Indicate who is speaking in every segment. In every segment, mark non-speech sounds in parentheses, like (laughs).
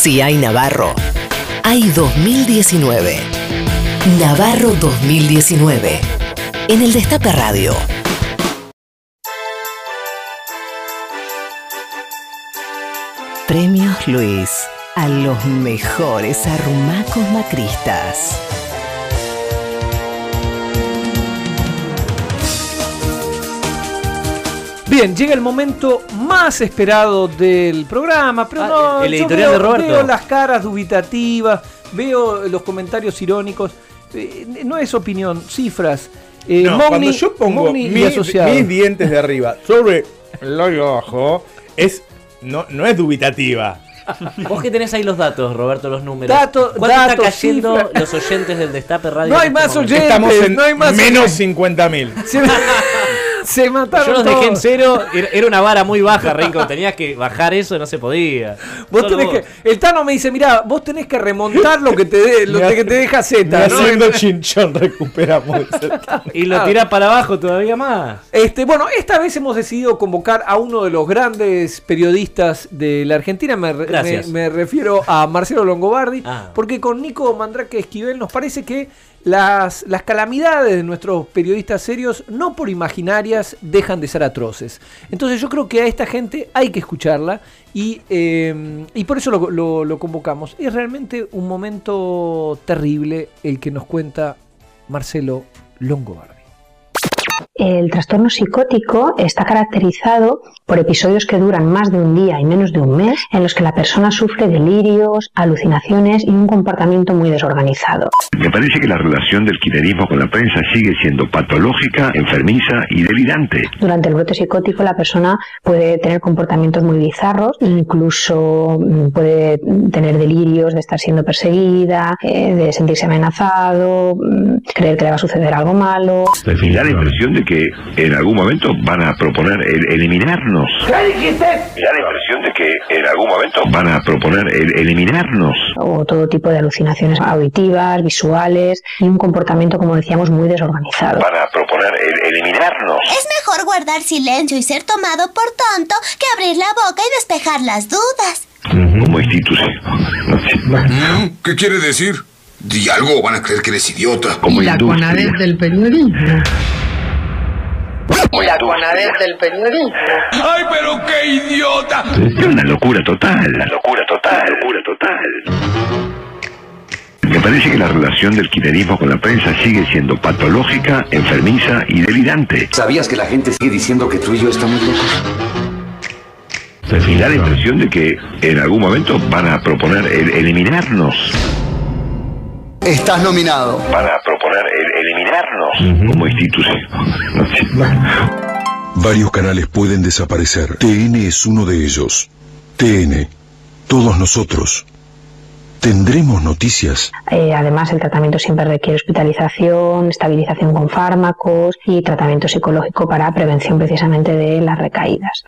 Speaker 1: CI Navarro. Hay 2019. Navarro 2019. En el Destape Radio. Premios Luis a los mejores arrumacos macristas.
Speaker 2: Bien, llega el momento más esperado del programa, pero
Speaker 3: Ah,
Speaker 2: no,
Speaker 3: el
Speaker 2: yo
Speaker 3: editorial
Speaker 2: veo,
Speaker 3: de Roberto.
Speaker 2: veo las caras dubitativas, veo los comentarios irónicos. Eh, no es opinión, cifras. Eh,
Speaker 4: No,
Speaker 2: Mogni-
Speaker 4: cuando yo pongo
Speaker 2: Mogni y
Speaker 4: mi-
Speaker 2: asociados.
Speaker 4: mis dientes de arriba sobre lo de abajo, es, no, no es dubitativa.
Speaker 3: Vos que tenés ahí los datos, Roberto, los números.
Speaker 2: Dato-
Speaker 3: ¿Cuánto está
Speaker 2: datos,
Speaker 3: cayendo
Speaker 2: cifras.
Speaker 3: los oyentes del Destape Radio?
Speaker 2: No
Speaker 3: en
Speaker 2: hay
Speaker 3: este
Speaker 2: más
Speaker 3: momento?
Speaker 2: oyentes.
Speaker 4: Estamos en
Speaker 2: no hay más
Speaker 4: menos 50.000.
Speaker 2: (laughs)
Speaker 3: (laughs)
Speaker 2: Se, se mataron
Speaker 3: Yo los dejé en
Speaker 2: todos.
Speaker 3: cero, era era una vara muy baja, Rinco. Tenías que bajar eso, no se podía.
Speaker 2: Vos
Speaker 3: Solo
Speaker 2: tenés que, el Tano me dice, mirá, vos tenés que remontar lo que te, de-
Speaker 4: (laughs)
Speaker 2: lo que te deja
Speaker 4: Ni
Speaker 2: Z. ¿no?
Speaker 4: haciendo chinchón recuperamos.
Speaker 3: Y
Speaker 2: Ah.
Speaker 3: lo tirás para abajo todavía más.
Speaker 2: Este, bueno, esta vez hemos decidido convocar a uno de los grandes periodistas de la Argentina. Me, re-
Speaker 3: Gracias.
Speaker 2: me- me refiero a Marcelo Longobardi,
Speaker 3: Ah.
Speaker 2: porque con Nico Mandrake Esquivel nos parece que las, las calamidades de nuestros periodistas serios, no por imaginarias, dejan de ser atroces. Entonces yo creo que a esta gente hay que escucharla y, eh, y por eso lo, lo- lo convocamos. Es realmente un momento terrible el que nos cuenta Marcelo Longobardi.
Speaker 5: El trastorno psicótico está caracterizado por episodios que duran más de un día y menos de un mes, en los que la persona sufre delirios, alucinaciones y un comportamiento muy desorganizado.
Speaker 6: Me parece que la relación del kirchnerismo con la prensa sigue siendo patológica, enfermiza y delirante.
Speaker 5: Durante el brote psicótico la persona puede tener comportamientos muy bizarros, incluso mm, puede mm, tener delirios de estar siendo perseguida, eh, de sentirse amenazado, mm, creer que le va a suceder algo malo.
Speaker 6: Me da la impresión de que en algún momento van a proponer el- eliminarnos. Me da la impresión de que en algún momento van a proponer el- eliminarnos.
Speaker 5: o todo tipo de alucinaciones auditivas, visuales y un comportamiento, como decíamos, muy desorganizado.
Speaker 6: Van a proponer el- eliminarnos.
Speaker 7: Es mejor guardar silencio y ser tomado por tonto que abrir la boca y despejar las dudas.
Speaker 6: Como institución. No sé,
Speaker 8: ¿Qué quiere decir? Di algo o van a creer que eres idiota.
Speaker 6: Como industria.
Speaker 9: del periodismo.
Speaker 6: Como industria.
Speaker 9: del periodismo.
Speaker 8: ¡Ay, pero qué idiota!
Speaker 6: Es una locura total. La locura total. Locura total. Me parece que la relación del kirchnerismo con la prensa sigue siendo patológica, enfermiza y delirante.
Speaker 8: ¿Sabías que la gente sigue diciendo que tú y yo estamos locos?
Speaker 6: Me da la impresión de que en algún momento van a proponer el- eliminarnos.
Speaker 8: Estás nominado.
Speaker 6: Van a proponer el- eliminarnos como institución. No sé.
Speaker 10: Varios canales pueden desaparecer. TN es uno de ellos. TN, todos nosotros. ¿Tendremos noticias?
Speaker 5: Eh, además, el tratamiento siempre requiere hospitalización, estabilización con fármacos y tratamiento psicológico para prevención precisamente de las recaídas.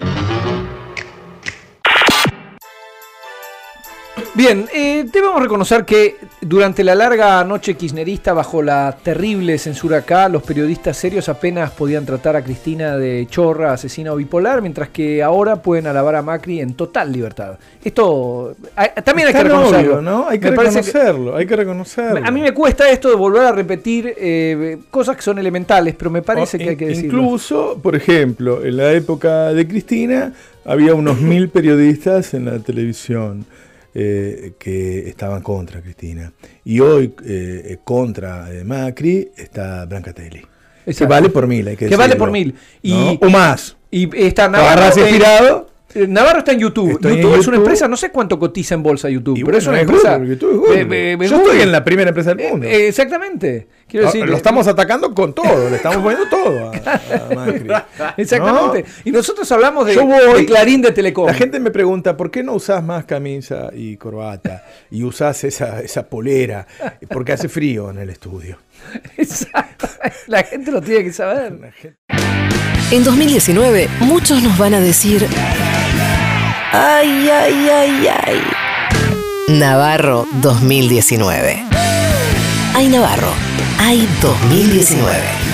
Speaker 2: Bien, eh, debemos reconocer que durante la larga noche kirchnerista, bajo la terrible censura acá, los periodistas serios apenas podían tratar a Cristina de chorra, asesina o bipolar, mientras que ahora pueden alabar a Macri en total libertad. Esto ah, también hay que
Speaker 4: Está
Speaker 2: reconocerlo.
Speaker 4: obvio, ¿no? Hay que
Speaker 2: Me parece que-
Speaker 4: reconocerlo, hay que reconocerlo.
Speaker 2: a mí me cuesta esto de volver a repetir eh, cosas que son elementales, pero me parece
Speaker 4: O
Speaker 2: que hay que
Speaker 4: in-
Speaker 2: decirlo.
Speaker 4: Incluso, por ejemplo, en la época de Cristina había unos mil periodistas en la televisión eh, que estaban contra Cristina. Y hoy, eh, eh, contra eh, Macri, está Blanca Telly. Que
Speaker 2: Exacto.
Speaker 4: vale por mil, hay que
Speaker 2: Que vale
Speaker 4: decirlo,
Speaker 2: por mil. Y-
Speaker 4: ¿no? O más.
Speaker 2: Y está
Speaker 4: Te agarras
Speaker 2: en-
Speaker 4: inspirado.
Speaker 2: Eh, Navarro está en YouTube.
Speaker 4: Estoy en
Speaker 2: YouTube es una
Speaker 4: YouTube.
Speaker 2: empresa, no sé cuánto cotiza en bolsa YouTube,
Speaker 4: Y
Speaker 2: pero es una
Speaker 4: bueno, es
Speaker 2: empresa.
Speaker 4: Google, YouTube es Google. Yo estoy en la primera empresa del mundo.
Speaker 2: Eh, exactamente. Quiero
Speaker 4: Ah,
Speaker 2: decir,
Speaker 4: lo estamos atacando con todo, le estamos poniendo todo a, a Macri.
Speaker 2: (laughs) Exactamente.
Speaker 4: ¿No?
Speaker 2: Y nosotros hablamos de,
Speaker 4: Yo voy.
Speaker 2: de Clarín de Telecom.
Speaker 4: La gente me pregunta, ¿por qué no usás más camisa y corbata? Y usás esa, esa polera, porque hace frío en el estudio.
Speaker 2: (laughs) Exacto. La gente lo tiene que saber.
Speaker 1: En 2019, muchos nos van a decir. Ay, ay, ay, ay. Navarro 2019. Ay, Navarro. Ay, 2019.